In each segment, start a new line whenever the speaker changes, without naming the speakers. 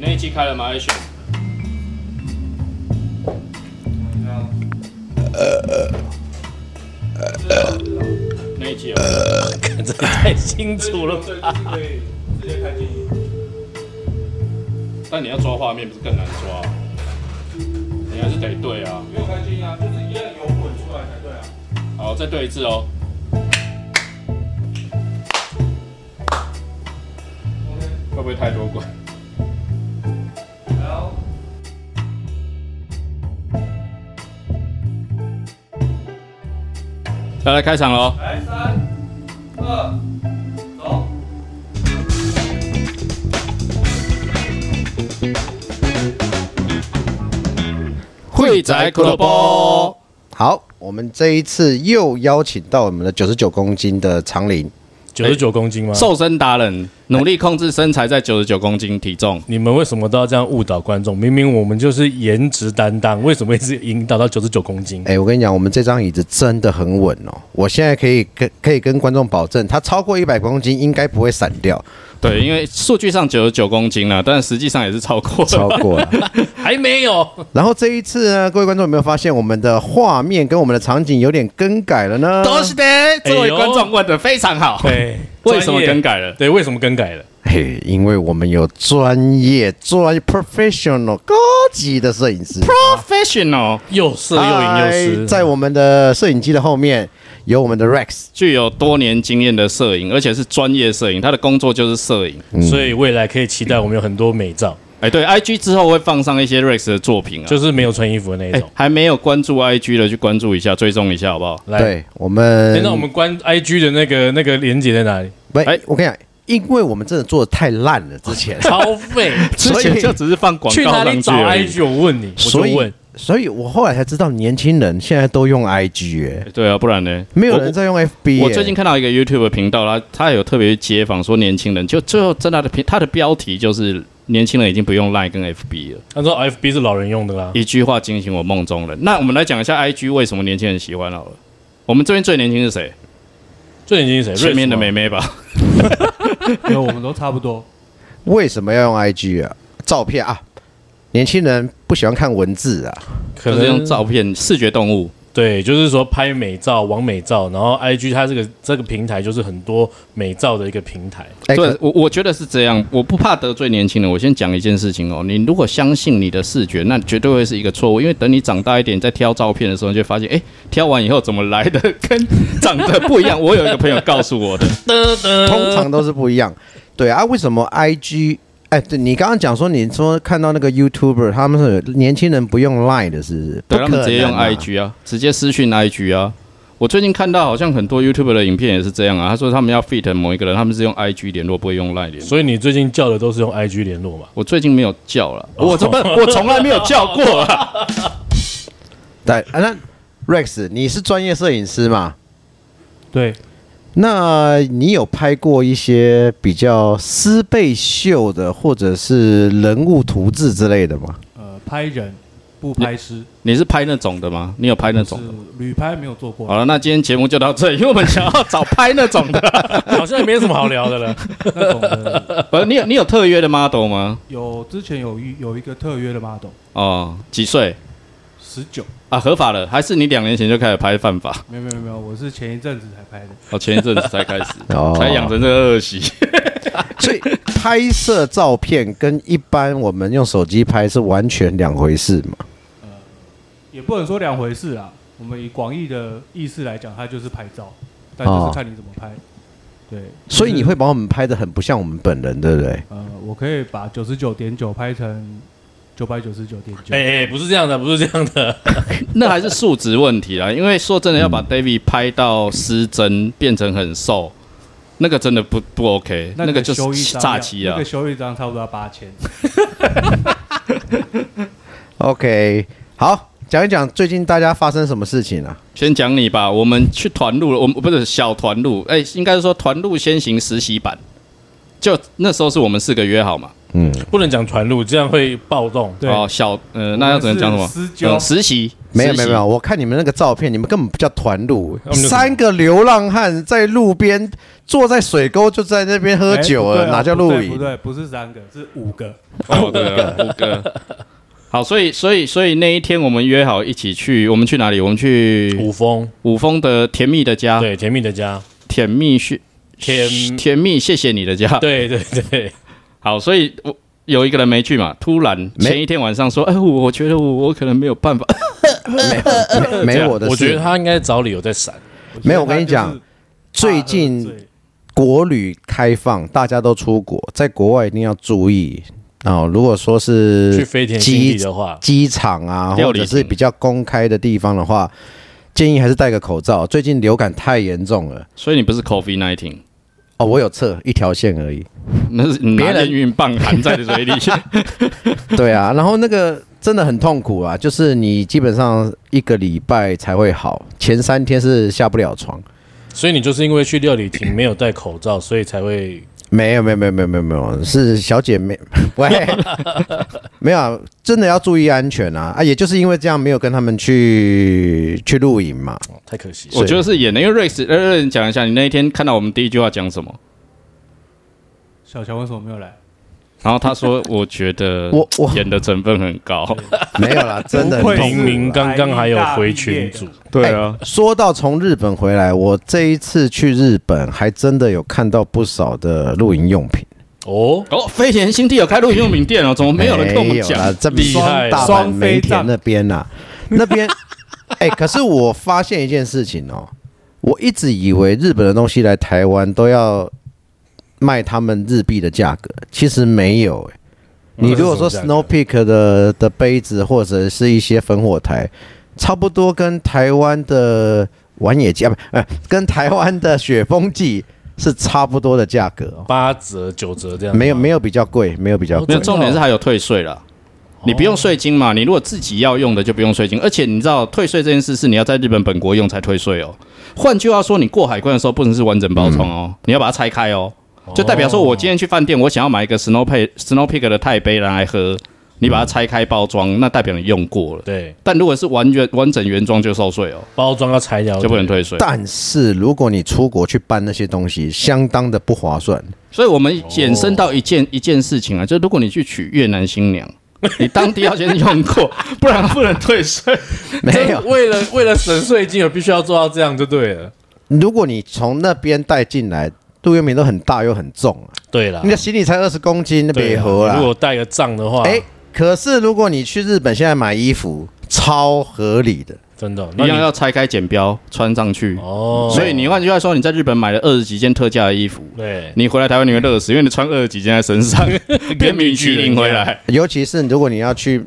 那一期开了吗？Action。那一期有，
呃看这太清楚了吧。
吧？可以直接看电影。
但你要抓画面不是更难抓？你还是得对啊。
没有开心啊，就是一样有滚出来才对啊。
好，再对一次哦。
OK，
会不会太多管？
然后
要来开场喽！
来三二走。
会宅俱乐部。
好，我们这一次又邀请到我们的九十九公斤的长林，
九十九公斤吗？
哎瘦身达人努力控制身材在九十九公斤体重，
你们为什么都要这样误导观众？明明我们就是颜值担当，为什么一直引导到九十九公斤？
哎、我跟你讲，我们这张椅子真的很稳哦，我现在可以跟可以跟观众保证，它超过一百公斤应该不会散掉，
对，因为数据上九十九公斤了，但实际上也是超过
超过了。
还没有，
然后这一次呢，各位观众有没有发现我们的画面跟我们的场景有点更改了 呢？
都是的，这位观众问的非常好，
对，
为什么更
改？
改了？
对，为什么更改了？
嘿，因为我们有专业、专业 professional 高级的摄影师。
哦 Professional
又色又淫又湿，
哎在我们的摄影机的后面有我们的 Rex，
具有多年经验的摄影，而且是专业摄影，他的工作就是摄影。
所以未来可以期待我们有很多美照，
哎，对，IG 之后会放上一些 Rex 的作品啊，
就是没有穿衣服的那一
哎
种。
还没有关注 IG 的去关注一下，追踪一下好不好？
来，
对我们
哎，
嗯
那我们关 IG 的那个那个连接在哪 里？，
不，
哎
我跟你讲，因为我们真的做的太烂了，之前
超费，
之前就只是放广
去
告
哪
上
里找
而已。
IG？我问你，我就
所以
问，
所以我后来才知道，年轻人现在都用 IG，哎、
哎对啊，不然呢？
没有
我
人在用 FB 哎、
我最近看到一个 YouTube 频道啦，他有特别去街访说年轻人，就最后真的他的评他的标题就是年轻人已经不用 Line 跟 FB 了，
他说 FB 是老人用的啦，
一句话惊醒我梦中人。那我们来讲一下 IG 为什么年轻人喜欢好了。我们这边最年轻是谁？
最年轻是谁？
前面的
Rex 吗
妹妹吧。
因为我们都差不多。
为什么要用 IG 啊？照片啊，年轻人不喜欢看文字啊，
可
就是
能
用照片视觉动物，
对，就是说拍美照、网美照，然后 IG 它这个这个平台就是很多美照的一个平台。
哎、
对
可
我我觉得是这样，我不怕得罪年轻人。我先讲一件事情哦，你如果相信你的视觉，那绝对会是一个错误，因为等你长大一点，你在挑照片的时候，你就会发现，哎，挑完以后怎么来的跟长得不一样。我有一个朋友告诉我的，
通常都是不一样。对啊，为什么 IG？哎、对你刚刚讲说，你说看到那个 YouTuber，他们是年轻人不用 Line 的，是不是？
对，
不
他
可
们直接用
能啊
IG 啊，直接私讯 IG 啊。我最近看到好像很多 YouTube 的影片也是这样啊，他说他们要 fit 某一个人，他们是用 IG 联络，不会用 Line 联络。
所以你最近叫的都是用 IG 联络嘛？
我最近没有叫了， 我这不，我从来没有叫过啊。
对啊，那 Rex，你是专业摄影师嘛？
对，
那你有拍过一些比较师背秀的，或者是人物图志之类的吗？
呃，拍人不拍诗，
你是拍那种的吗？你有拍那
是
种的吗？
旅拍没有做过
好。了，那今天节目就到这里，因为我们想要找拍那种 的。
好像也没什么好聊 的了。
那种的
不是，你有你有特约的 model 吗？
有之前有一有一个特约的 model，
哦，几岁
十九，
啊？合法了，还是你两年前就开始拍犯法？
没有没有没有，我是前一阵子才拍的。
哦，前一阵子才开 始，
哦
才养成这个恶习。
所以拍摄照片跟一般我们用手机拍是完全两回事嘛？
也不能说两回事啦。我们以广义的意思来讲，它就是拍照，但就是看你怎么拍。对，
啊所以你
就是
会把我们拍的很不像我们本人，对不对？
呃，我可以把九十九点九拍成九百九十九点九
哎、。哎不是这样的，不是这样的。
那还是数值问题啦，因为说真的，要
嗯
把 David 拍到失真，变成很瘦，那个真的不不 OK，那个就
修一
是
张
诈
要
欺啊
那个。修一张差不多要八千。
OK，好，讲一讲最近大家发生什么事情啊？
先讲你吧，我们去团路了，我们不是小团路，哎、应该是说团路先行实习版，就那时候是我们四个约好嘛，
嗯，
不能讲传路，这样会暴动。
对，
哦，小呃，那要怎么讲什么？
私交
嗯实习，
没有
实习
没有没有，我看你们那个照片，你们根本不叫团露
他，们就是
三个流浪汉在路边坐在水沟，就在那边喝酒
哎
了，
不对啊
哪叫
不
露
对不
营？
对，不是三个，是五个。
五个五个。啊 好，所以所以所以那一天我们约好一起去，我们去哪里？我们去
五峰，
五峰的甜蜜的家，
对，甜蜜的家，
甜蜜谢
甜
甜蜜，谢谢你的家。
对对对，
好，所以我有一个人没去嘛，突然
没
前一天晚上说，哎，我我觉得我我可能没有办法，
没没我的事。
我觉得他应该找理由在闪，
没有我跟你讲
我觉得他就是怕喝醉，
最近国旅开放，大家都出国，在国外一定要注意哦。如果说
去
是
飞田新地
机
的话，
机场啊，
料
或
理
者是
亭
比较公开的地方的话，建议还是戴个口罩。最近流感太严重了。
所以你不是 COVID nineteen，
哦，我有测一条线而 已。
那是你拿
别人
验孕棒含在你 嘴里。
对啊，然后那个真的很痛苦啊，就是你基本上一个礼拜才会好，前三天是下不了床。
所以你就是因为去料理亭没有戴口罩，所以才会
没有没有没有没有没有没有，是小姐 妹，喂，没有啊，真的要注意安全啊啊！也就是因为这样，没有跟他们去去露营嘛。
哦太可惜了。
我觉得是演的，因为 Rex，呃，你讲一下，你那一天看到我们第一句话讲什么？
小乔为什么没有来？
然后他说，我觉得
我我
演的成分很高。
没有啦，真的很
不愧
痛
是
明
苦。
明刚刚还有回群组，
对
啊，说到从日本回来，我这一次去日本，还真的有看到不少的露营用品。
哦，
哦，飞田新地有开露营用品店哦，怎么 没有人跟我们
没有啦
讲？
这么
厉害
大阪
双
梅
飞
田
杖
那 边呐、那边，哎、可是我发现一件事情哦，我一直以为日本的东西来台湾都要卖他们日币的价格，其实没有、哎你如果说
嗯那是什么
Snow
价格
Peak 的的杯子或者是一些烽火台，差不多跟台湾的玩野鸡啊，不，呃，跟台湾的雪峰季是差不多的价格哦，
八折九折这样，
没有没
有，
有比较贵，没有比较贵
哦
没有，
真的哦
重点是还有退税啦。你不用税金嘛？你如果自己要用的就不用税金，而且你知道退税这件事是你要在日本本国用才退税哦。换句话说，你过海关的时候不能是完整包装哦，你要把它拆开哦。就代表说我今天去饭店，我想要买一个 Snow Pe Snow Peak 的钛杯拿来喝，你把它拆开包装，那代表你用过了。
对
但如果是完原完整原装就收税哦，
包装要拆掉，
就不能退税。
但是如果你出国去搬那些东西，相当的不划算。
所以我们衍生到一件、一件事情啊，就如果你去娶越南新娘，你当地要先用过， 不然不能退税。
没
这
有，
为了为了省税金，我必须要做到这样就对了。
如果你从那边带进来，杜月明都很大又很重啊，
对啦，
你的行李才二十公斤，那
对
别
啦
合
啊
如
啦
果。啊带个账的话，
哎，可是如果你去日本现在买衣服，超合理的。
真的，
一
那
样
你
要拆开剪标穿上去。
哦，
所以你换句话说，你在日本买了二十几件特价的衣服，
对
你回来台湾你会热死，因为你穿二十几件在身 上，跟米其林回来。
尤其是如果你要去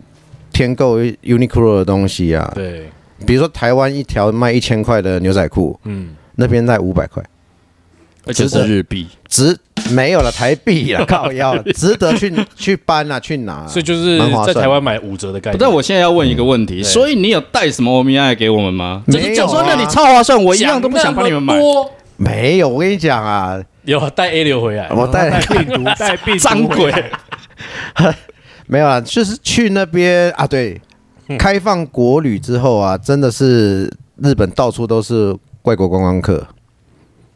添购 Uniqlo 的东西啊，
对，
比如说台湾一条卖一千块的牛仔裤，
嗯，
那边卖五百块，
而且是日币，
值没有了台币啊，靠 腰，值得去去搬啊，去拿啊。
所以就是
蛮划
在
算的
台湾买五折的概念。
但我现在要问一个问题，
哎对
所以你有带什么欧米茄给我们吗？
没有啊
就是讲说哦那里超划算，我一样都不想帮你们买
讲那。么多
没有，我跟你讲啊，
有啊带 A 流回
哎
来，
我带
带病 毒，带病毒，
脏鬼！
没有啊，就是去那边啊，对，开放国旅之后啊，真的是日本到处都是外国观光客，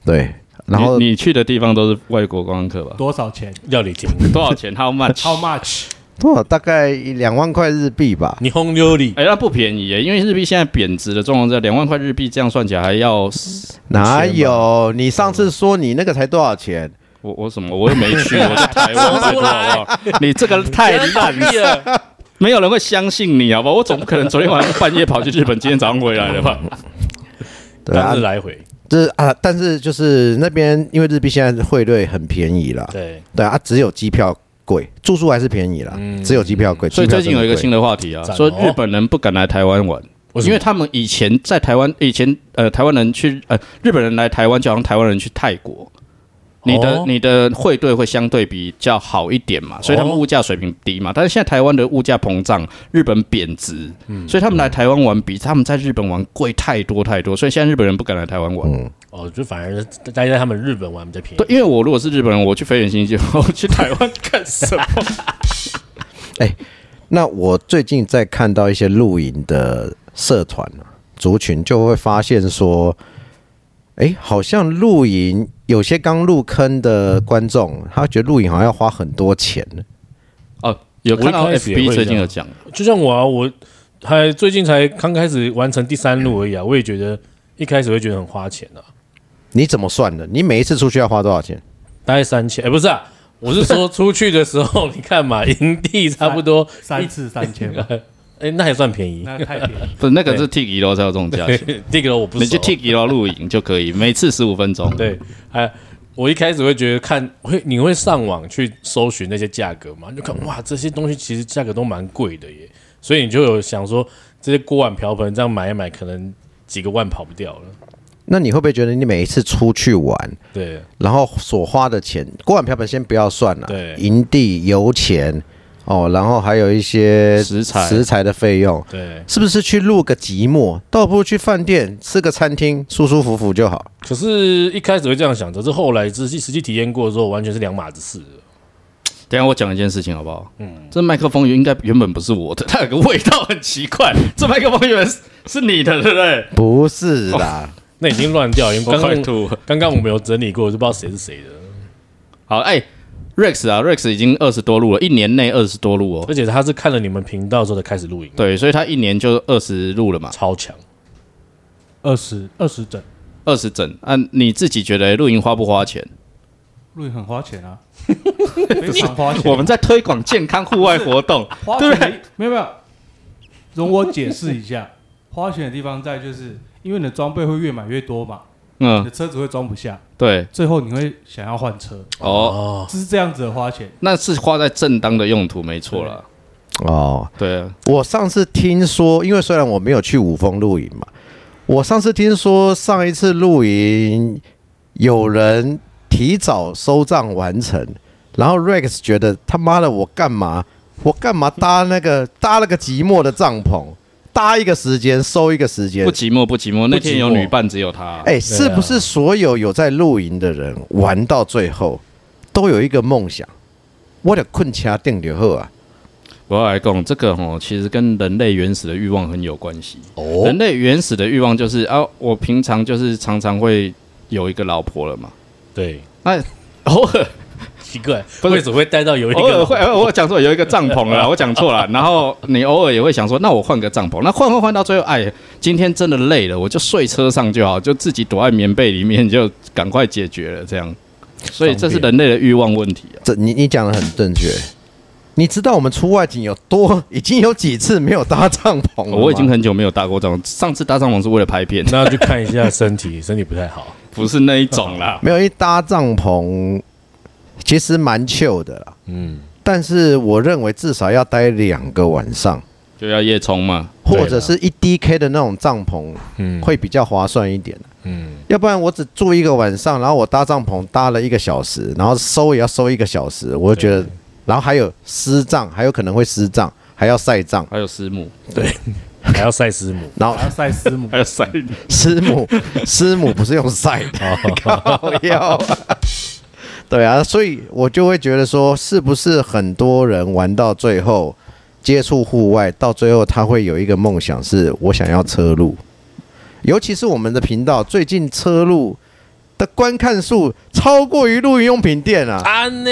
对，然后
你你去的地方都是外国观光客吧？
多少钱
料理亭，
多少钱？How much？
？How much？
多哦少大概两万块日币吧，
你烘料理
哎、那不便宜耶，因为日币现在贬值的状况下，两万块日币这样算起来还要
哪有？你上次说你那个才多少钱？
我我什么？我又没去，我在台湾 拜托好不好？你这个太烂了，
了，
没有人会相信你好不好？我总不可能昨天晚上半夜跑去日本，今天早上回来了吧？
对啊
当日，来回，
就是啊，但是就是那边因为日币现在汇率很便宜啦，
对，
对啊，只有机票贵，住宿还是便宜啦，
嗯
只有机票贵。
所以
机票
最近有一个新
真的
的话题啊，
赞哦
说日本人不敢来台湾玩，
为什
因
么
为他们以前在台湾，以前呃台湾人去呃日本人来台湾，就好像台湾人去泰国。你的、
哦
你的汇兑会相对比较好一点嘛，所以他们
哦
物价水平低嘛。但是现在台湾的物价膨胀，日本贬值，
嗯
所以他们来台湾玩比他们在日本玩贵太多太多，所以现在日本人不敢来台湾玩。
哦，就反而待在他们日本玩比较便宜
对，，因为我如果是日本人，我去飞远星就我去台湾干什么？
那我最近在看到一些露营的社团啊族群，就会发现说，哎，好像露营有些刚入坑的观众，他觉得露营好像要花很多钱，
哦，有看到
我一开始也会
FB 最
这
近
样
有讲，
就像我啊，我还最近才刚开始完成第三路而已啊，我也觉得一开始会觉得很花钱啊，
你怎么算的？你每一次出去要花多少钱？
大概三千，哎、不是啊，我是说出去的时候，你看嘛，营地差不多，
三次三千吧，
哎、那还算便宜。
那太便宜 了。
不是那个是 T 一楼才有这种价钱，
这个我不熟
你去 T 一楼露营就可以， 每次十五分钟。
对，哎，我一开始会觉得看会，你会上网去搜寻那些价格嘛？你就看哇，这些东西其实价格都蛮贵的耶，所以你就有想说，这些锅碗瓢盆这样买一买，可能几个万跑不掉了。
那你会不会觉得你每一次出去玩，
对，
然后所花的钱，锅碗瓢盆先不要算了，
对
营地油钱哦，然后还有一些
食材
食材的费用，
对，
是不是去录个寂寞，倒不如去饭店吃个餐厅，舒舒服服就好。
可是一开始会这样想，可是后来实际实际体验过之后，完全是两码子事了。
等一下我讲一件事情好不好？嗯，这麦克风应该原本不是我的，它有个味道很奇怪。这麦克风原本是是你的，对不对？
不是啦，
那已经乱掉， 因为
我
刚
快
刚
吐了。
刚刚我没有整理过，我就不知道谁是谁的。
好，哎、r e x 啊，Rex 已经二十多路了，一年内二十多路哦。
而且他是看了你们频道之后才开始录影，
对，所以他一年就二十路了嘛，
超强。
二十二十整，
二十整。啊，你自己觉得露营花不花钱？
露营很花钱啊，非常花钱。
我们在推广健康户外活动，
花
对不
钱的
对？
没有没有，容我解释一下，花钱的地方在就是因为你的装备会越买越多嘛，你
嗯
的，车子会装不下，
对，
最后你会想要换车，
哦，
哦，
这是这样子的花钱。
那是花在正当的用途，没错啦。
哦，
对啊，
我上次听说，因为虽然我没有去五峰露营嘛，我上次听说上一次露营有人提早收账完成，然后 Rex 觉得他妈的我干嘛？我干嘛搭那个搭了个寂寞的帐篷，搭一个时间收一个时间
啊不？寂寞不寂寞，那
不寂
天
寞
有女伴，只有他。啊
哎、是不是所有有在露营的人玩到最后都有一个梦想？我的困掐定就好啊！
我要来讲这个哦，其实跟人类原始的欲望很有关系。
哦
人，类原始的欲望就是啊，我平常就是常常会有一个老婆了嘛，
对，
偶尔
奇怪，
不是
为什么会带到有一个
偶尔会，偶尔讲错有一个帐篷了啦， 我讲错了。然后你偶尔也会想说，那我换个帐篷，那换换换到最后，哎，今天真的累了，我就睡车上就好，就自己躲在棉被里面，就赶快解决了这样。所以这是人类的欲望问题啊。
这你你讲的很正确。你知道我们出外景有多已经有几次没有搭帐篷了吗
我已经很久没有搭过帐篷，上次搭帐篷是为了拍片，
那要去看一下身体， 身体不太好。
不是那一种啦。
没有一搭帐篷，其实蛮 chill 的啦。
嗯，
但是我认为至少要待两个晚上，
就要夜冲嘛，
或者是一 DK 的那种帐篷，
嗯
会比较划算一点。
嗯，
要不然我只住一个晚上，然后我搭帐篷搭了一个小时，然后收也要收一个小时，我就觉得，然后还有湿帐，还有可能会湿帐，还要晒帐，，
还有师母，
还要晒师 母
然后
还要晒师 母，
还有塞
师母， 师母不是用晒
哦
的，靠腰啊。 对啊，所以我就会觉得说，是不是很多人玩到最后接触户外，到最后他会有一个梦想，是我想要车路。尤其是我们的频道，最近车路的观看数超过于露营用品店啊！
安呢？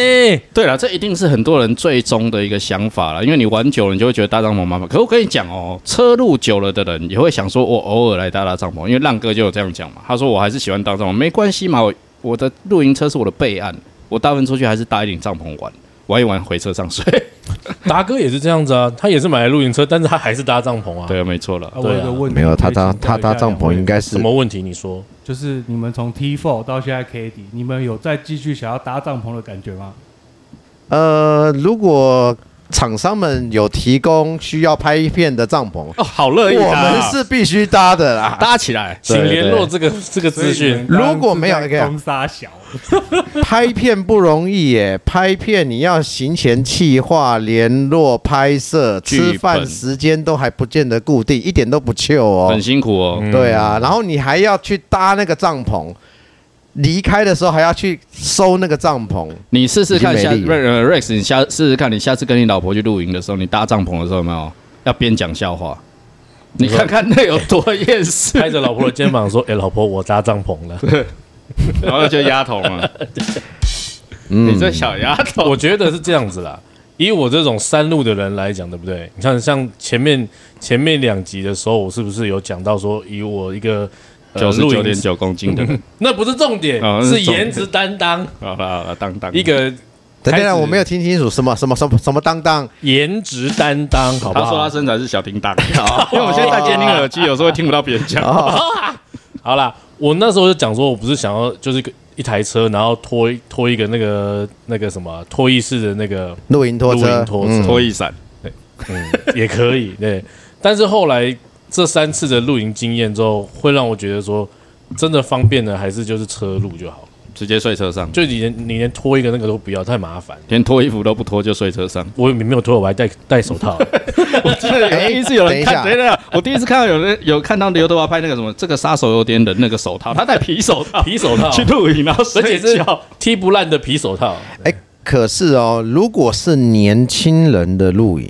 对了，这一定是很多人最终的一个想法了，因为你玩久了，你就会觉得搭帐篷麻烦。可是我跟你讲哦，车路久了的人也会想说，我偶尔来搭搭帐篷，因为浪哥就有这样讲嘛，他说我还是喜欢搭帐篷，没关系嘛，我我的露营车是我的备案，我大部分出去还是搭一顶帐篷玩，玩一玩回车 上睡。
达哥也是这样子啊，他也是买了露营车，但是他还是搭帐篷啊。，
对，没错了
啊，，我有个问题，
没有他搭
可以请教
他
一下
搭帐篷
两位
应该是
什么问题？你说
就是你们从 T Four 到现在 K D，你们有再继续想要搭帐篷的感觉吗？
呃，如果厂商们有提供需要拍片的帐篷，
哦，好乐意
我
搭
们
啊，
是必须搭 的啦。
搭起来，
请
对
联络这个这个资讯。
如果没有
一
这
个
样
风沙小，
拍片不容易耶，拍片你要行前企划、联络、拍摄、
剧本
吃饭时间都还不见得固定，一点都不秀哦
很。辛苦哦。
对啊，然后你还要去搭那个帐篷，离开的时候还要去收那个帐篷。
你试试看
已经
下
没力了
Re- 呃 Rex，你下试试看，你下次跟你老婆去露营的时候，你搭帐篷的时候有没有要边讲笑话？你看看那有多厌 世，
拍着老婆的肩 膀说：“哎、老婆，我搭帐篷
啊
了。
然后就丫头嘛，嗯
嗯
你这小丫”头，
我觉得是这样子啦。以我这种山路的人来讲，对不对？你看，像前面前面两集的时候，我是不是有讲到说，以我一个呃
九十
露
九
营
点九公斤的人，
那不是重点，
哦那是
是
重点
颜值担当，
好啦好啦，当当
一个
等等
开始
等，我没有听清楚什么什么什么什么当当，
颜值担当，好不
他
好？
说他身材是小叮 当，因为我现在戴监听耳机，有时候会听不到别人讲。
好啦，我那时候就讲说，我不是想要就是一个一台车，然后拖一拖一个那个那个什么拖曳式的那个
露营拖
露
车，
营拖车
拖一闪，
也可以，对。但是后来这三次的露营经验之后，会让我觉得说，真的方便的还是就是车路就好了，
直接睡车上，
就你连你连拖一个那个都不要，太麻烦。
连脱衣服都不脱就睡 车上。
我也没有拖，我还戴戴手套。
哎
第一次有
等
人
一
看，
下
等一下，我第一次看到有人有看到刘德华拍那个什么，这个杀手有点冷那个手套，他戴 皮手套
皮手套
去露营，然后
而且
睡
是
觉，
踢不烂的皮手套，
哎，可是哦，如果是年轻人的露营，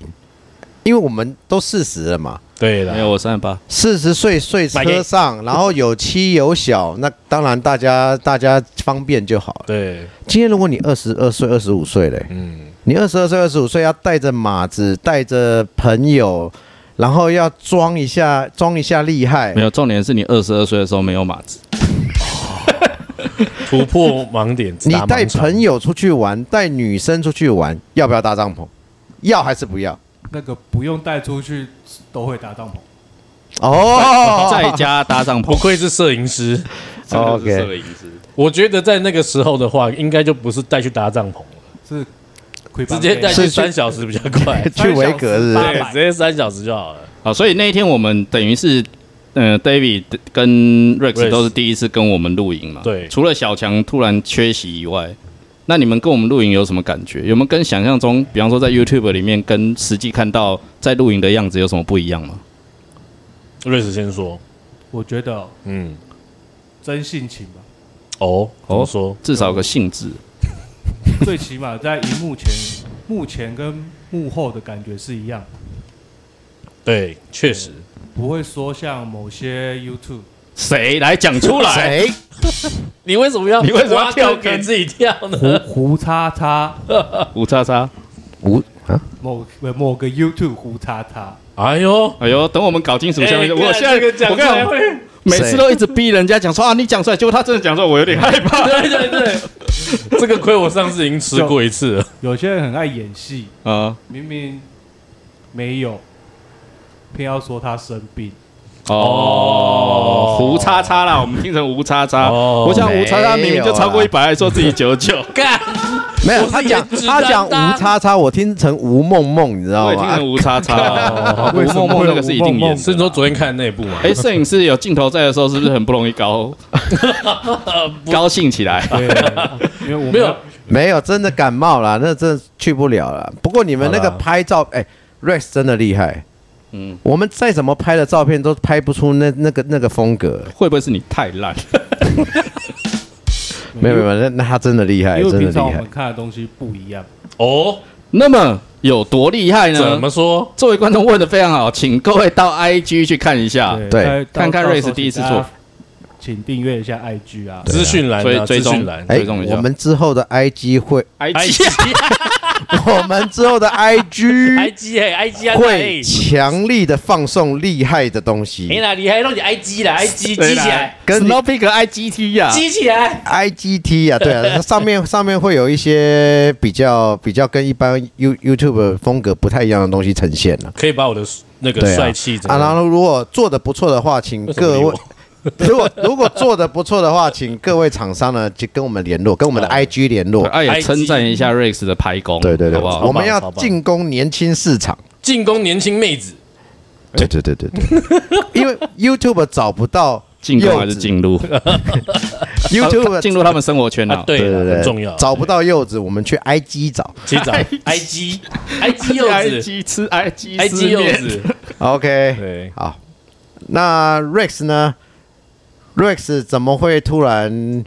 因为我们都四十了嘛，
对
没有
了，
我三十八，
四十岁睡
买给
车上，然后有妻有小，那当然大家大家方便就好了。
对，
今天如果你二十二岁、二十五岁嘞，
嗯，
你二十二岁、二十五岁要带着马子，带着朋友，然后要装一下，装一下厉害
没。有重点是你二十二岁的时候没有马子，
突破盲 点，
你
打盲
带
场
朋友出去玩，带女生出去玩，要不要搭帐篷？要还是不要？
那个不用带出去都会搭帐篷。
哦，
在家搭帐
不
篷，
愧是摄影师。
真的是
OK
摄影师，
我觉得在那个时候的话，应该就不是带去搭帐篷了，
是亏
直接带
是
去
去
三小时比较 快，
去维格日
八
对，
百
直接三小时就好了。
好，所以那一天我们等于是，呃，David 跟 Rex
Rex
都是第一次跟我们露营嘛。
对
除了小强突然缺席以外，那你们跟我们露营有什么感觉？有没有跟想象中，比方说在 YouTube 里面跟实际看到在露营的样子有什么不一样吗？
瑞士先说，
我觉得哦
嗯，
真性情吧，
哦，怎么说？
至少有个性质，
最起码在荧幕前、 幕前跟幕后的感觉是一样，
对，确实，
不会说像某些 YouTube
谁来讲出来？
谁？
你为什么要
你为什么要
挖
跳
坑给
坑
自己跳呢？
胡胡叉叉
五叉叉。
无啊？
某某个 YouTube 胡叉叉，
哎呦，
哎呦，等我们搞清楚下面，
哎
我现在
这个讲
我
出来
看
会，
每次都一直逼人家讲说啊，你讲出来，结果他真的讲出来，我有点害 怕
对对对，这个亏我上次已经吃过一次 了。
有些人很爱演戏，
啊。
明明没有，偏要说他生病。
哦，胡叉叉啦，我们听成吴叉叉。
哦
我想吴叉叉明明就超过一百，还说自己九 九，
干，
没有，
我是
他讲
颜值
他讲
担当
吴叉叉，我听成吴梦梦，你知
我
道
也听
吗？
成吴叉 叉。
哦
啊吴梦梦那个是一定演
是
的
你。说昨天看的那部吗？
哎，摄影师有镜头在的时候，是不是很不容易高 高兴起来？
对，因为我们
没有
要
没有，真的感冒啦，那真的去不了了。不过你们那个
好啦
拍照，哎、r e x 真的厉害。
嗯
嗯，我们再怎么拍的照片都拍不出那那个那个风格。
会不会是你太烂？
没有没有，那那他真的厉害，
因
哎真
为
的
平常我
厉害
们。看的东西不一样。
哦，
那么有多厉害
怎
呢？
么说？
这位观众问的非常好，请各位到 IG 去看一下。
对
在
看看
到
Race
到时候
第一次
请大
做
家请订阅一下 IG 啊。
资讯栏啊，
所以追
资讯
踪
栏，
哎、
追踪一下
我们之后的 IG 会，
哎
IG
我们之后的 IG
IG 哎，IG 啊，
会
对，
强力的放送厉害的东
哎
西。
啦，你还弄你 IG 啦，IG 激
对
起
啦
来，
跟你
Snowpeak IGT 呀，
激起来，
IGT 啊，对啊，它上面上面会有一些比较比较跟一般 You YouTube 风格不太一样的东西呈现了。
可以把我的那个
对啊
帅气怎
啊，
么
然后如果做的不错的话，请
为什么
各
理我
位， 如果如果做的不错的话，请各位厂商呢就跟我们联络，跟我们的
哦
IG 联络。
哎也称赞一下 Rex 的拍功，
对对对，
好不好？
我们要
好棒
进攻年轻市场。
进攻年轻妹子，
对对对对对， 因为 YouTube 找不到
进攻还
柚
是
子
进 入
YouTube
进入他们生活圈
啊
了，。
对
对
啦，
对对
很重要。
找不到柚子，我们去 IG 找。
去 找 IG IG 柚 子
IG 吃 IG
IG 柚子，
OK，
对，
好，那 Rex 呢？Rex 怎么会突然？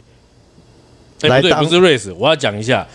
哎
来
不对，
当嗯
不是 race，我要讲一下，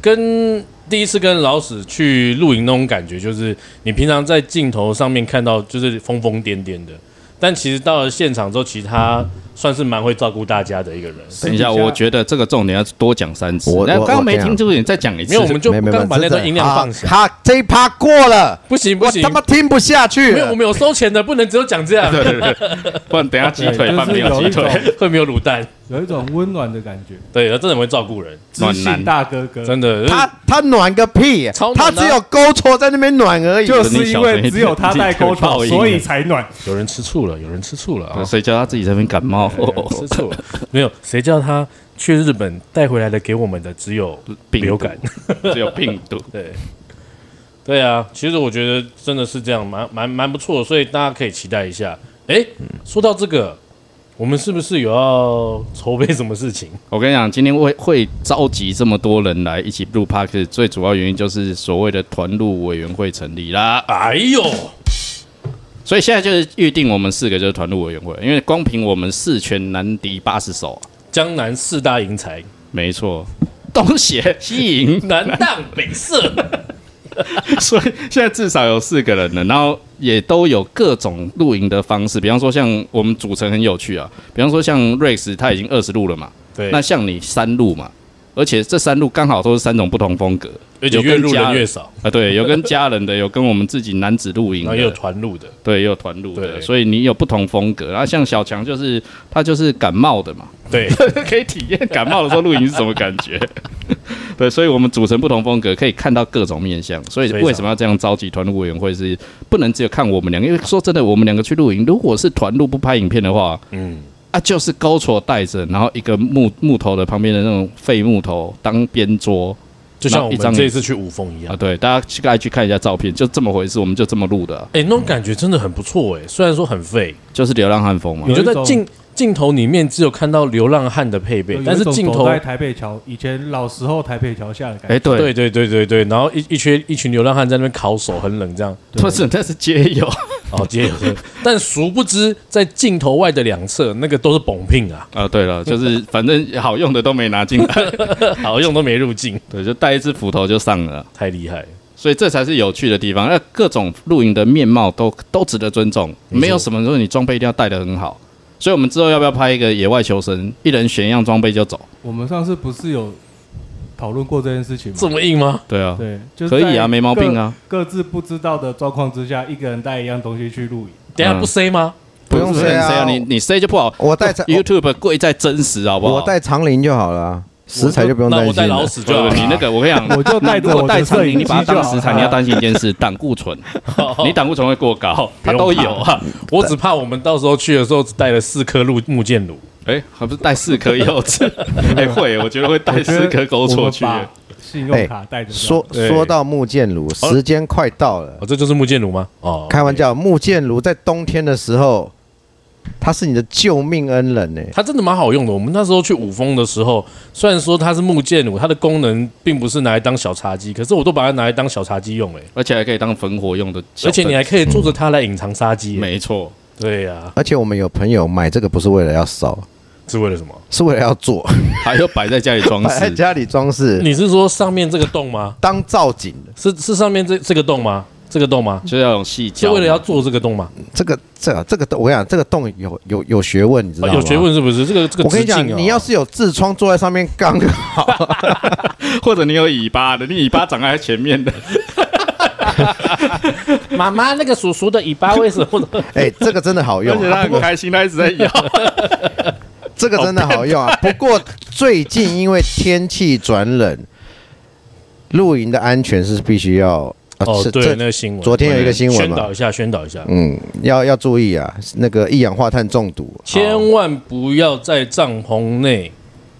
跟第一次跟老史去露营那种感觉，就是你平常在镜头上面看到就是疯疯癫癫的，但其实到了现场之后，其实他算是蛮会照顾大家的一个人。
等一下，我觉得这个重点要多讲三次。
我
那
我
刚刚
我
没
这样
听清楚，你再讲一次。
没有，我们就
没没
刚把
真
那
的啊
段音量放下。
好，好这一趴过了，
不行不
我
行
他，妈听不下去
没有，我
了。
们有收钱的，不能只有讲这样，
对对对， 不然等一下鸡腿
对
饭没
就是有
有鸡
一种
腿。
会没有卤蛋。
有一种温暖的感觉，
对，他真的很会照顾人，
知性大哥哥，
真的。
他他暖个屁，
嗯超
他
暖啊的
只有勾错在那边暖而已。
就是因为只有他带沟
报
头，
应
所以才暖。
有人吃醋了，有人吃醋了啊！
谁叫他自己在那边感冒？
有人吃醋了，哦没有谁叫他去日本带回来的给我们的只有
病毒
流感。
只有病毒。
对，对啊，其实我觉得真的是这样，蛮蛮蛮不错，所以大家可以期待一下。哎，说到这个，我们是不是有要筹备什么事情？
我跟你讲，今天会会召集这么多人来一起录 p a r k 最主要原因就是所谓的团录委员会成立啦。
哎呦，
所以现在就是预定我们四个就是团录委员会，因为光凭我们四拳难敌八十手啊、
江南四大营才，
没错，东邪西营，
南荡北射，
所以现在至少有四个人了，然后也都有各种露营的方式，比方说像我们组成很有趣啊，比方说像 Rex 他已经二十路了嘛，
对，
那像你三路嘛，而且这三路刚好都是三种不同风 格，
而且
有
越
跟
入
家
人越少，
啊，对，有跟家人的，有跟我们自己男子露营
然
的，
哦后也有团路的，
对，也有团露的，
对
所以你有不同风格。然后像小强就是他就是感冒的嘛，
对，
可以体验感冒的时候露营是什么感 觉。对，所以我们组成不同风格，可以看到各种面相。所以
非常
为什么要这样召集团露委员会是？不能只有看我们两个，因为说真的，我们两个去露营，如果是团露不拍影片的话，
嗯，
啊，就是高戳带着，然后一个木木头的旁边的那种废木头当边桌
就像我
然后一张
们这一次去五峰一样
啊，。对，大家去该去看一下照片，就这么回事，我们就这么录的啊、
哎、那种感觉真的很不错哎、虽然说很废，
就是流浪汉风嘛
你。就
有一
在
种
镜镜头里面只有看到流浪汉的配备
有，
但
一
是
种
镜
走
头
在台北桥，以前老时候台北桥下的感
哎、
觉。
对，
对对对对对，然后一一群一群流浪汉在那边烤手，很冷这样。
不是，那是街友，
哦，接有但殊不知在镜头外的两侧，那个都是蹦 聘啊，
啊，对了，就是反正好用的都没拿进来，
好用都没入镜，
对，就带一只斧头就上了，
太厉害了。
所以这才是有趣的地方。那各种露营的面貌都都值得尊重，没有什么说你装备一定要带的很好。所以我们之后要不要拍一个野外求生，一人选一样装备就走？
我们上次不是有讨论过这件事情吗？
这么硬吗？
对啊，
对，就是
可以啊，
在
没毛病啊，
各。各自不知道的状况之下，一个人带一样东西去露营，
等一下
嗯
不塞吗？
不用
是
say 啊
谁你你 say 就不好。
我带长
YouTube 贵在真实，好不好？
我带长林就好了啊，食材就不用
那
担
我带
心啊
老
了。
死就好
就
了。
你那个，我跟你讲，
我就带着
如果
我
带
的
苍
摄
蝇，
影
你
机就
把它
好
当食材，你要
了。
担心一件事，胆固 醇，你胆固醇会过高，它
不
都
用怕
有啊。
我只怕我们到时候去的时候只带了四颗鹿木剑弩，
哎，还不是带四颗柚 子？哎，会，我觉得会带
我觉
四
得
颗勾
我
错
们
去。
把信用
哎
卡带着就好
说
了。
对
说到木剑炉，时间快到了
哦，。这就是木剑弩吗？哦，
开玩笑，木剑炉在冬天的时候，它是你的救命恩人呢、
它真的蛮好用的。我们那时候去五峰的时候，虽然说它是木剑弩，它的功能并不是拿来当小茶几，可是我都把它拿来当小茶几用哎、
而且还可以当焚火用的小
而
灯，
且你还可以
嗯
坐着它来隐藏杀机、欸。
没错，
对呀、
而且我们有朋友买这个不是为了要烧，
是为了什么？
是为了要做，
还有摆在家里装
摆在
饰。
家里装饰
你是说上面这个洞吗？
当造景的。
是是上面这这个洞吗？这个洞吗？
就要用细胶
是
嘛，
为了要做这个洞吗？
这个这个这个洞，我跟你讲，这个洞有有有学问，你知道
啊
吗？
有学。问是不是？这个这个
我跟你
直
讲，
径哦
你要是有痔疮坐在上面刚好，
或者你有尾巴的，你尾巴长在前面 的，
妈妈那个叔叔的尾巴为什 么？
哎，这个真的好
而
用
且
啊、
它
不
很
过
开心，它一直在 摇。
这个真的好用啊。不过最近因为天气转冷，露营的安全是必须要。啊
哦
是，
对
这，
那个新闻，
昨天有一个新闻
宣
嘛，
导一下，宣导一下，
嗯，要要注意啊，那个一氧化碳中毒。
千万不要在帐篷内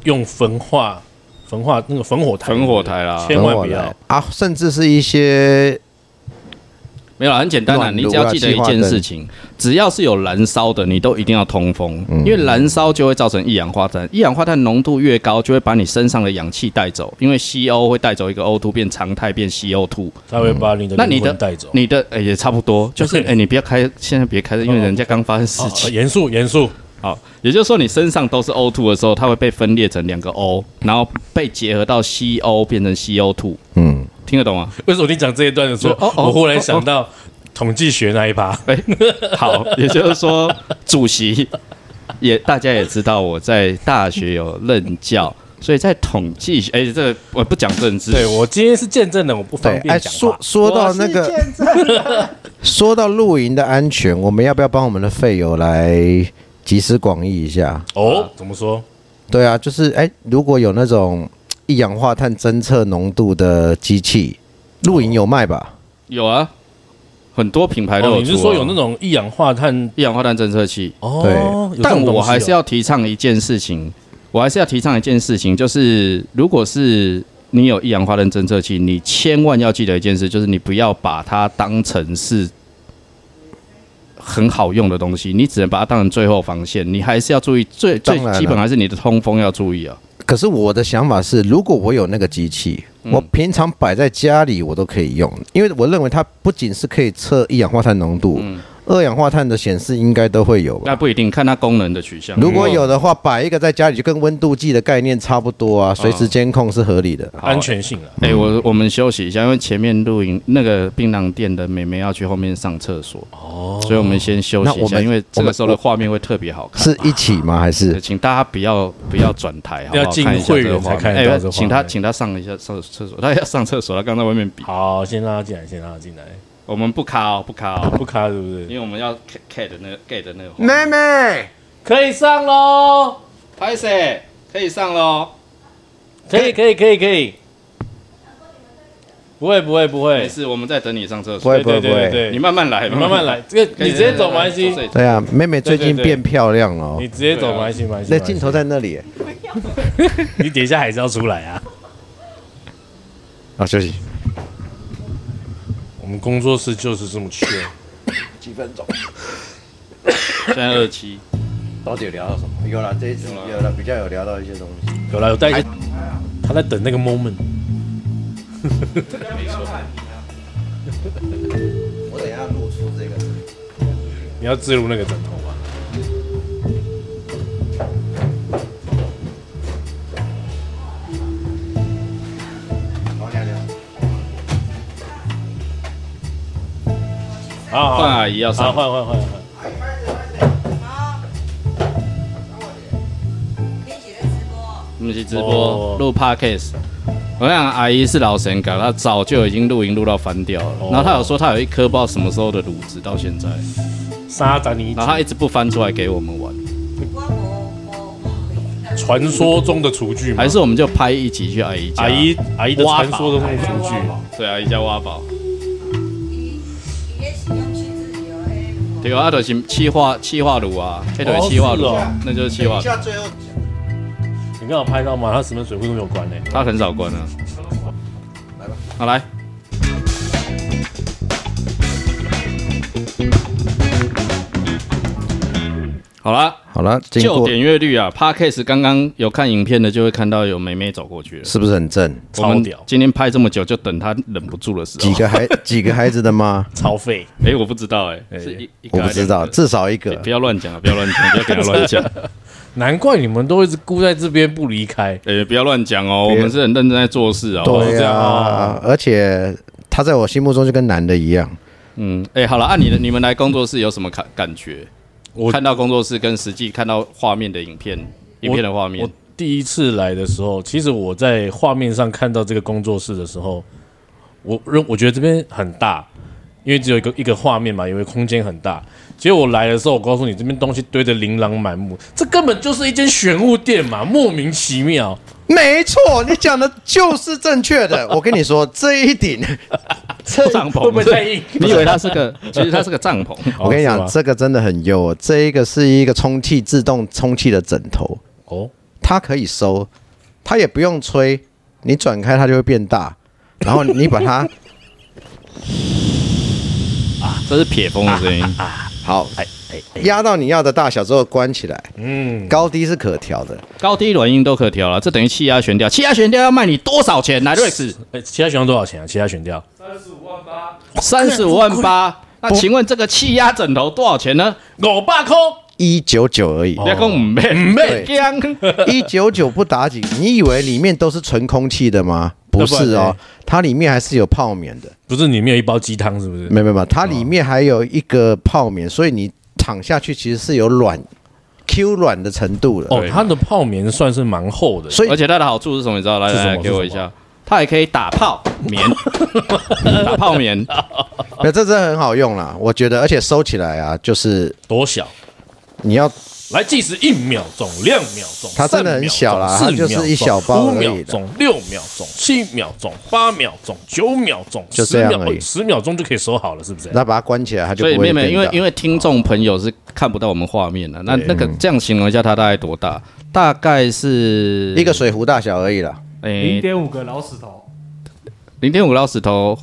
用焚化、焚化那个焚火台、
焚火台啦
千万不
等
要
我来啊！甚至是一些
没有啦，很简单啦，
暖
你
炉
只要记得一件
啊计划
事
灯
情，只要是有燃烧的，你都一定要通风，
嗯
因为燃烧就会造成一氧化碳，一氧化碳浓度越高，就会把你身上的氧气带走，因为 CO 会带走一个 O2 变常态变 CO2，
他会把你的
那你
灵魂
的
带走。
你的哎、也差不多， 就是哎、你不要开，现在别开，因为
哦
人家刚发生事
哦
情。
严肃严肃，
好，也就是说你身上都是 O2 的时候，它会被分裂成两个 O，然后被结合到 CO 变成 CO2。
嗯，
听得懂吗？
为什么你讲这一段的时候，
哦哦
我忽然想到统计学那一趴？
哎，好，也就是说，主席 也大家也知道我在大学有任教，所以在统计学，哎，这我不讲政治，
对我今天是见证人，我不方
对，哎，
便讲
说
话。
说到那个， 说到露营的安全，我们要不要帮我们的费友来集思广益一下？
哦，怎么说？
对啊，就是哎，如果有那种一氧化碳侦测浓度的机器，露营有卖吧？
有啊，很多品牌都有、啊
哦，你是说有那种一氧化碳？
一氧化碳侦测器？
对
哦，有这
但
种东西
我
哦
还是要提倡一件事情，我还是要提倡一件事情，就是如果是你有一氧化碳侦测器，你千万要记得一件事，就是你不要把它当成是很好用的东西，你只能把它当成最后防线，你还是要注意最最
当
啊
然了
基本还是你的通风要注意啊。
可是我的想法是，如果我有那个机器，我平常摆在家里我都可以用，因为我认为它不仅是可以测一氧化碳浓度，二氧化碳的显示应该都会有吧。
那不一定，看它功能的取向。
如果有的话，摆一个在家里就跟温度计的概念差不多啊，随时监控是合理的。
好
安全性啊了。
哎、我我们休息一下，因为前面露营那个槟榔店的美眉要去后面上厕所，哦，所以我们先休息
那
一
我
下，
们
因为这个时候的画面会特别好看。
是一起吗？还 是
对请大家不要不要转台，好不好
要进
看一下
会
这个
员
画面
才看得
哎
到这个
请
画
他
面
请他上一下上厕所，他 要上厕所，他刚在外面比。
好，先让他进来，先让他进来，
我们不卡哦，不卡哦，
不卡对不对
因？为我们要 get get 的那个 get 的那个画面。
妹妹？
可以上喽，
拍谁可以上喽？
可以，可以，可以，可以。不会，不会，不
没
会。
事，我们在等你上厕
不
所。
会不会
对
不
对对
会。
对，
你慢慢来，
你慢慢来，。这个
可以
你直接走没关系，
坐这里
对啊，妹妹最近
对对对
变漂亮了哦
你。直接走没关系，没关系。
那
没关系
镜头，在那里
你等一下还是要出来啊。
啊，休息
我们工作室就是这么缺。
几分钟。
现在二期，
到底有聊到什么？有了，这一次有了，比较有聊到一些东西。
有啦，有带一个，他在等那个 moment。
我等一下露出这个。
你要置入那个枕头吗？
好，聊聊。
好好
换阿姨要
好，
上。
换换换换。
我们去直
哦
播录 podcast。我想阿姨是老神搞，她早就已经录音录到翻掉了
哦。
然后她有说她有一颗不知道什么时候的卤子，到现在，
沙达尼
然后她一直不翻出来给我们玩。
传说中的厨具吗？
还是我们就拍一集去阿姨家？
阿姨阿姨的
挖
传
宝
说中的厨具？
对阿姨家挖宝。对啊，那就是气化气化炉啊，那就是气化炉
哦是哦，
那就是气化炉。
最后
你刚有拍到吗？它什么水库都没有关嘞、
她很少关啊。
来吧，
好来。好啦，
好了，经
就
过
点阅率啊，Podcast 刚刚有看影片的就会看到有妹妹走过去了。
是不是很正？
我
超
们
屌，
今天拍这么久，就等她忍不住的时
几
候。
个孩几个孩子的妈？
超费。
哎、我不知道、哎，
哎
是一一个
我不
还是
知
两个
道，至少一
哎
个
不。要乱讲啊，不要乱讲，不要给他乱讲，
难怪你们都一直孤在这边不离开。
哎、不要乱讲哦，我们是很认真在做事啊。
哦是
对
这样
啊
哦，
而且他在我心目中就跟男的一样。
嗯，哎、好了，按、你的你们来工作室有什么感感觉？
我
看到工作室跟实际看到画面的影片，影片的画面
我，第一次来的时候，其实我在画面上看到这个工作室的时候，我认我觉得这边很大，因为只有一个一个画面嘛，因为空间很大。结果我来的时候，我告诉你，这边东西堆得琳琅满目，这根本就是一间玄物店嘛，莫名其 妙。
没错，你讲的就是正确 的。我跟你说，这一顶，这
帐
会不会太硬？
你以为它是 个，其实它是个帐篷。
我跟你讲，
哦是吗
这个真的很优哦。这一个是一个充气自动充气的枕头，
哦，
它可以收，它也不用吹，你转开它就会变大。然后你把它
这是撇风的声音，
好
哎哎哎，
压到你要的大小之后关起来，
嗯，
高低是可调的。
高低软硬都可调了，这等于气压悬吊，气压悬吊要卖你多少钱？来瑞士
哎其他选项多少钱啊？其他选掉
三十五万八，
哦
三十五万八，那请问这个气压枕头多少钱呢？
五百块，
一九九而已
你，要讲唔咩唔
咩
姜，
一九九不打紧。你以为里面都是纯空气的吗？不
那不
是
然
哦
呢，
它里面还是有泡棉的。
不是里面有一包鸡汤是不是？
没有没有
嗯
没有，它里面还有一个泡棉，所以你躺下去其实是有软 Q 软的程度的。
哦，
对
它的泡棉算是蛮厚的，
所以
而且它的好处是什么？你知道？来
是什么
来，来给我
是
一
什么
下，它还可以打泡 棉，打泡棉，
那这真的很好用啦，我觉得，而且收起来啊，就是
多小？
你要
来计时一秒钟、两秒钟，
它真的很小啦
三秒钟
它就是一小包
四
而已
秒钟五秒
的
钟、六秒钟、七秒钟、八秒钟、九秒钟，
就这样
十秒
而已
哦十秒钟就可以收好了，是不是？
那把它关起来，它就
所以
不
妹
会
妹，
变
因为
大
因为听众朋友是看不到我们画面的，那那个这样形容一下，它大概多大？大概是
一个水壶大小而已啦。
零
诶
点五个老石头，
零点五老石头，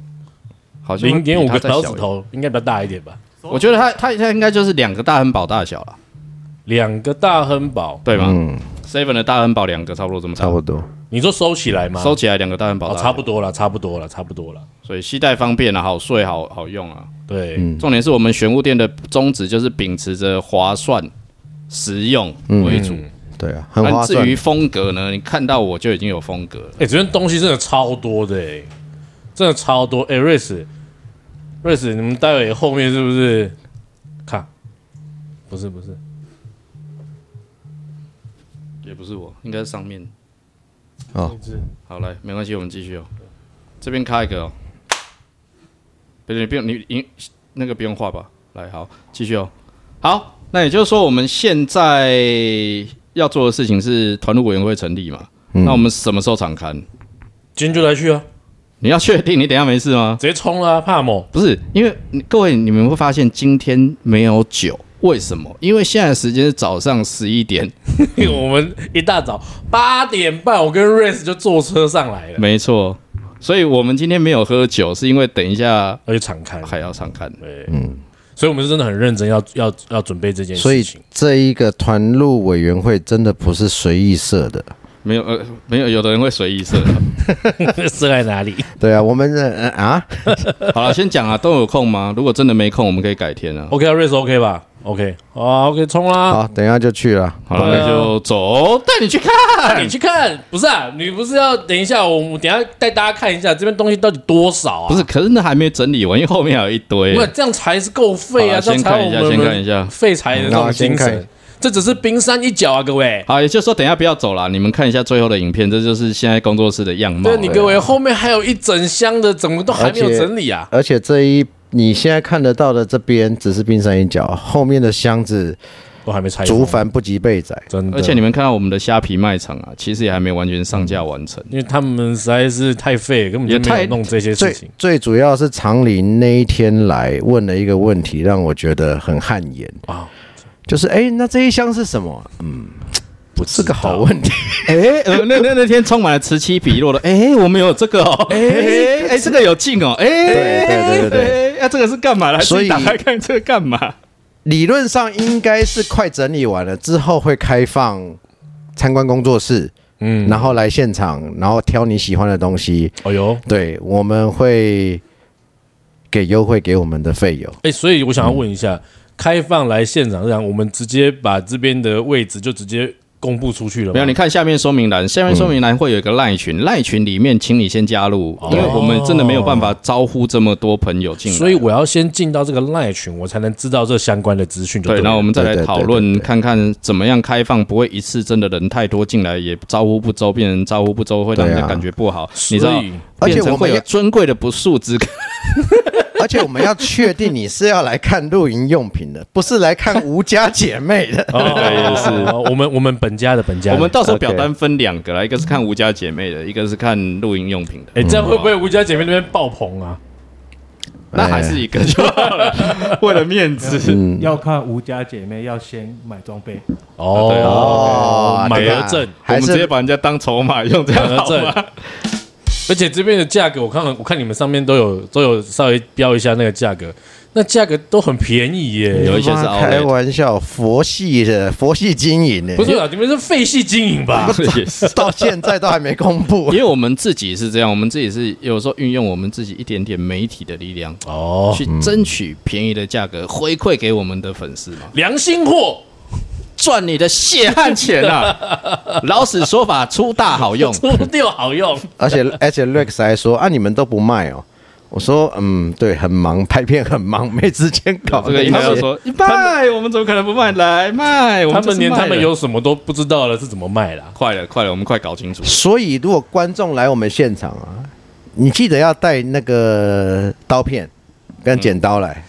好像会
零点五
比它
个
再
小
小
指
一点。
头应该比较大一点吧？
我觉得它它它应该就是两个大亨堡大小了，
两个大亨堡，
对吗
嗯，
？seven 的大亨堡两个差不多这么大
差，不多。
你说收起来吗？
收起来两个大亨堡
哦，
大
差
小
不，多了，差不多了，差不多了。
所以携带方便啊，好睡好好用啊。
对，
重点是我们玄物店的宗旨就是秉持着划算、实用为主。
对啊，嗯很
那
划
至
算
于。风格呢，你看到我就已经有风格了。
哎、这边东西真的超多的、欸，真的超多。哎、瑞斯，瑞斯，你们待会后面是不是？看，不是不是，
也不是我，应该是上面。
哦
好来，没关系，我们继续哦。这边开一个哦，不是你不用你你那个不用画吧？来，好，继续哦。好，那也就是说，我们现在要做的事情是团队委员会成立嘛？
嗯
那我们什么时候场刊？
今天就来去啊，
你要确定你等一下没事吗？
直接冲了、啊，怕某。
不是，因为你各位你们会发现今天没有酒，为什么？因为现在的时间是早上十一点，
因为我们一大早八点半，我跟瑞斯就坐车上来了，
没错，所以我们今天没有喝酒，是因为等一下
而且敞开，
还要上刊。
对，所以我们是真的很认真要要要准备这件
所以
事情。
这一个团路委员会真的不是随意设的。
没有呃，没有，有的人会随 意射。
是在哪里？
对啊，我们呃啊，
好了，先讲啊，都有空吗？如果真的没空，我们可以改天啊。
OK 啊，瑞斯 OK 吧？OK 啊，OK 冲啦！
好，等一下就去了。
好了，
对啊
那就走，带你去看。
带你去看，不是啊？你不是要等一下，我我等一下带大家看一下这边东西到底多少啊？
不是，可是那还没整理完，因为后面还有一堆
不。是，这样才是够废
好
啊！
啦
这
先
样才
看一
有
下，
我
先看
们
一下。
废柴的那
好
种
先
精
看
神。这只是冰山一角啊，各位。
好，也就是说，等一下不要走了，你们看一下最后的影片，这就是现在工作室的样貌
对，。你各位后面还有一整箱的，怎么都还没有
而且
整理啊？
而且这一你现在看得到的这边只是冰山一角，后面的箱子
都还没拆
竹筏不及被宰。
真的。
而且你们看到我们的虾皮卖场啊，其实也还没完全上架完成。
因为他们实在是太废了，根本就没
也太
有弄这些
最
事情。
最主要是长林那一天来问了一个问题，让我觉得很汗颜
啊
就是哎、诶那这一箱是什么？嗯，不是个好问题。
哎，呃那那那天充满了此起彼落的，哎，我们有这个 哦，哎哎，这个有劲哦，哎，
对对对对
哎，那这个是干嘛来，
所以
自己打开看这个干嘛？
理论上应该是快整理完了之后会开放参观工作室，
嗯，
然后来现场，然后挑你喜欢的东西。
哎呦，
对，我们会给优惠给我们 的费用。
哎，所以我想要问一
嗯
下，开放来现场这样，我们直接把这边的位置就直接公布出去了吗？
没有，你看下面说明栏，下面说明栏会有一个赖群，赖群里面请你先加入，因为我们真的没有办法招呼这么多朋友进来，
所以我要先进到这个赖群，我才能知道这相关的资讯就
对，
了
那我们再来讨
对
论
对对对
看看怎么样开放，不会一次真的人太多进来也招呼不周，变成招呼不周会让人
对
家
啊
感觉不好，你知道
所以。
而且
变成
我们
会有
要
尊贵的不速之客，
而且我们要确定你是要来看露营用品的，不是来看吴家姐妹的。
哦
也是
哦 我们我们本家的本家的，
我们到时候
OK
表单分两个啦，一个是看吴家姐妹的，一个是看露营用品的。
哎，这样会不会吴家姐妹那边爆棚啊？
那还
哎
是一个就好了，为了面 子。
嗯，
要看吴家姐妹要先买装备，
对啊
哦
满
对啊
额赠，
我
还
们直接
是
把人家当筹码用，这
满
样
额
好
赠
吗？。
而且这边的价格，我看了，我看你们上面都有都有稍微标一下那个价格，那价格都很便宜 耶。
有一些是
妈开
outlet
玩笑，佛系的佛系经营呢，
不是啊，你们是废系经营吧？
也是。
到现在都还没公布
因。为我们自己是这样，我们自己是有时候运用我们自己一点点媒体的力量，
哦，
去争取便宜的价格回馈给我们的粉丝嘛。
良心货，
赚你的血汗钱啊！ 老史说法出大好用，
出六好用，
而且而且 Rex 还说啊，你们都不卖哦。我说嗯，对，很忙，拍片很忙， 没时间搞
哦这个
些
一定要说你卖，我们怎么可能不卖？来卖， 我
他
们就是
们连
卖
他们
了
有什么都不知道了，是怎么卖啦？
快了，快了，我们快搞清楚。
所以如果观众来我们现场啊，你记得要带那个刀片跟剪刀
嗯
来，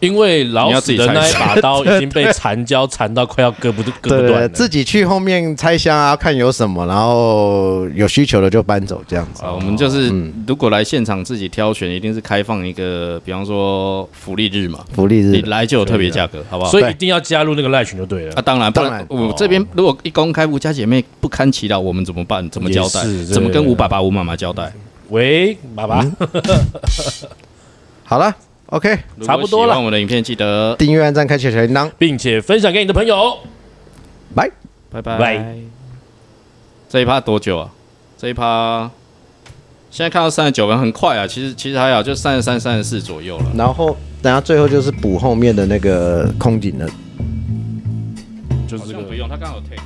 因为老死的那一把 刀
你要自己拆
已经被缠胶缠到快要割不割不
对对
断
对，
了。
自己去后面拆箱啊，看有什么，然后有需求的就搬走这样子。
啊，我们就是如果来现场自己挑选，一定是开放一个，比方说福利日嘛，
福利
你
日
来就有特别价格，好不好？
所
以
以一定要加入那个赖群就对
啊，
了。
当然，不
当
然
然
我
哦
这边如果一公开吴家姐妹不堪其扰，我们怎么办？怎么交代
也是？对
怎么跟吴爸爸、吴妈妈交代？
喂，爸爸，
嗯
好了，OK，
差不
如果
多了
喜欢我们的影片记得
订阅、按赞、开启小铃铛，
并且分享给你的朋友。
拜。
拜拜
拜。
这一趴多久啊？这一趴现在看到三十九分，很快啊。其实其实还好，就三十三、三十四左右了。
然后等下最后就是补后面的那个空景了。
就是这个。
用，他刚好 take。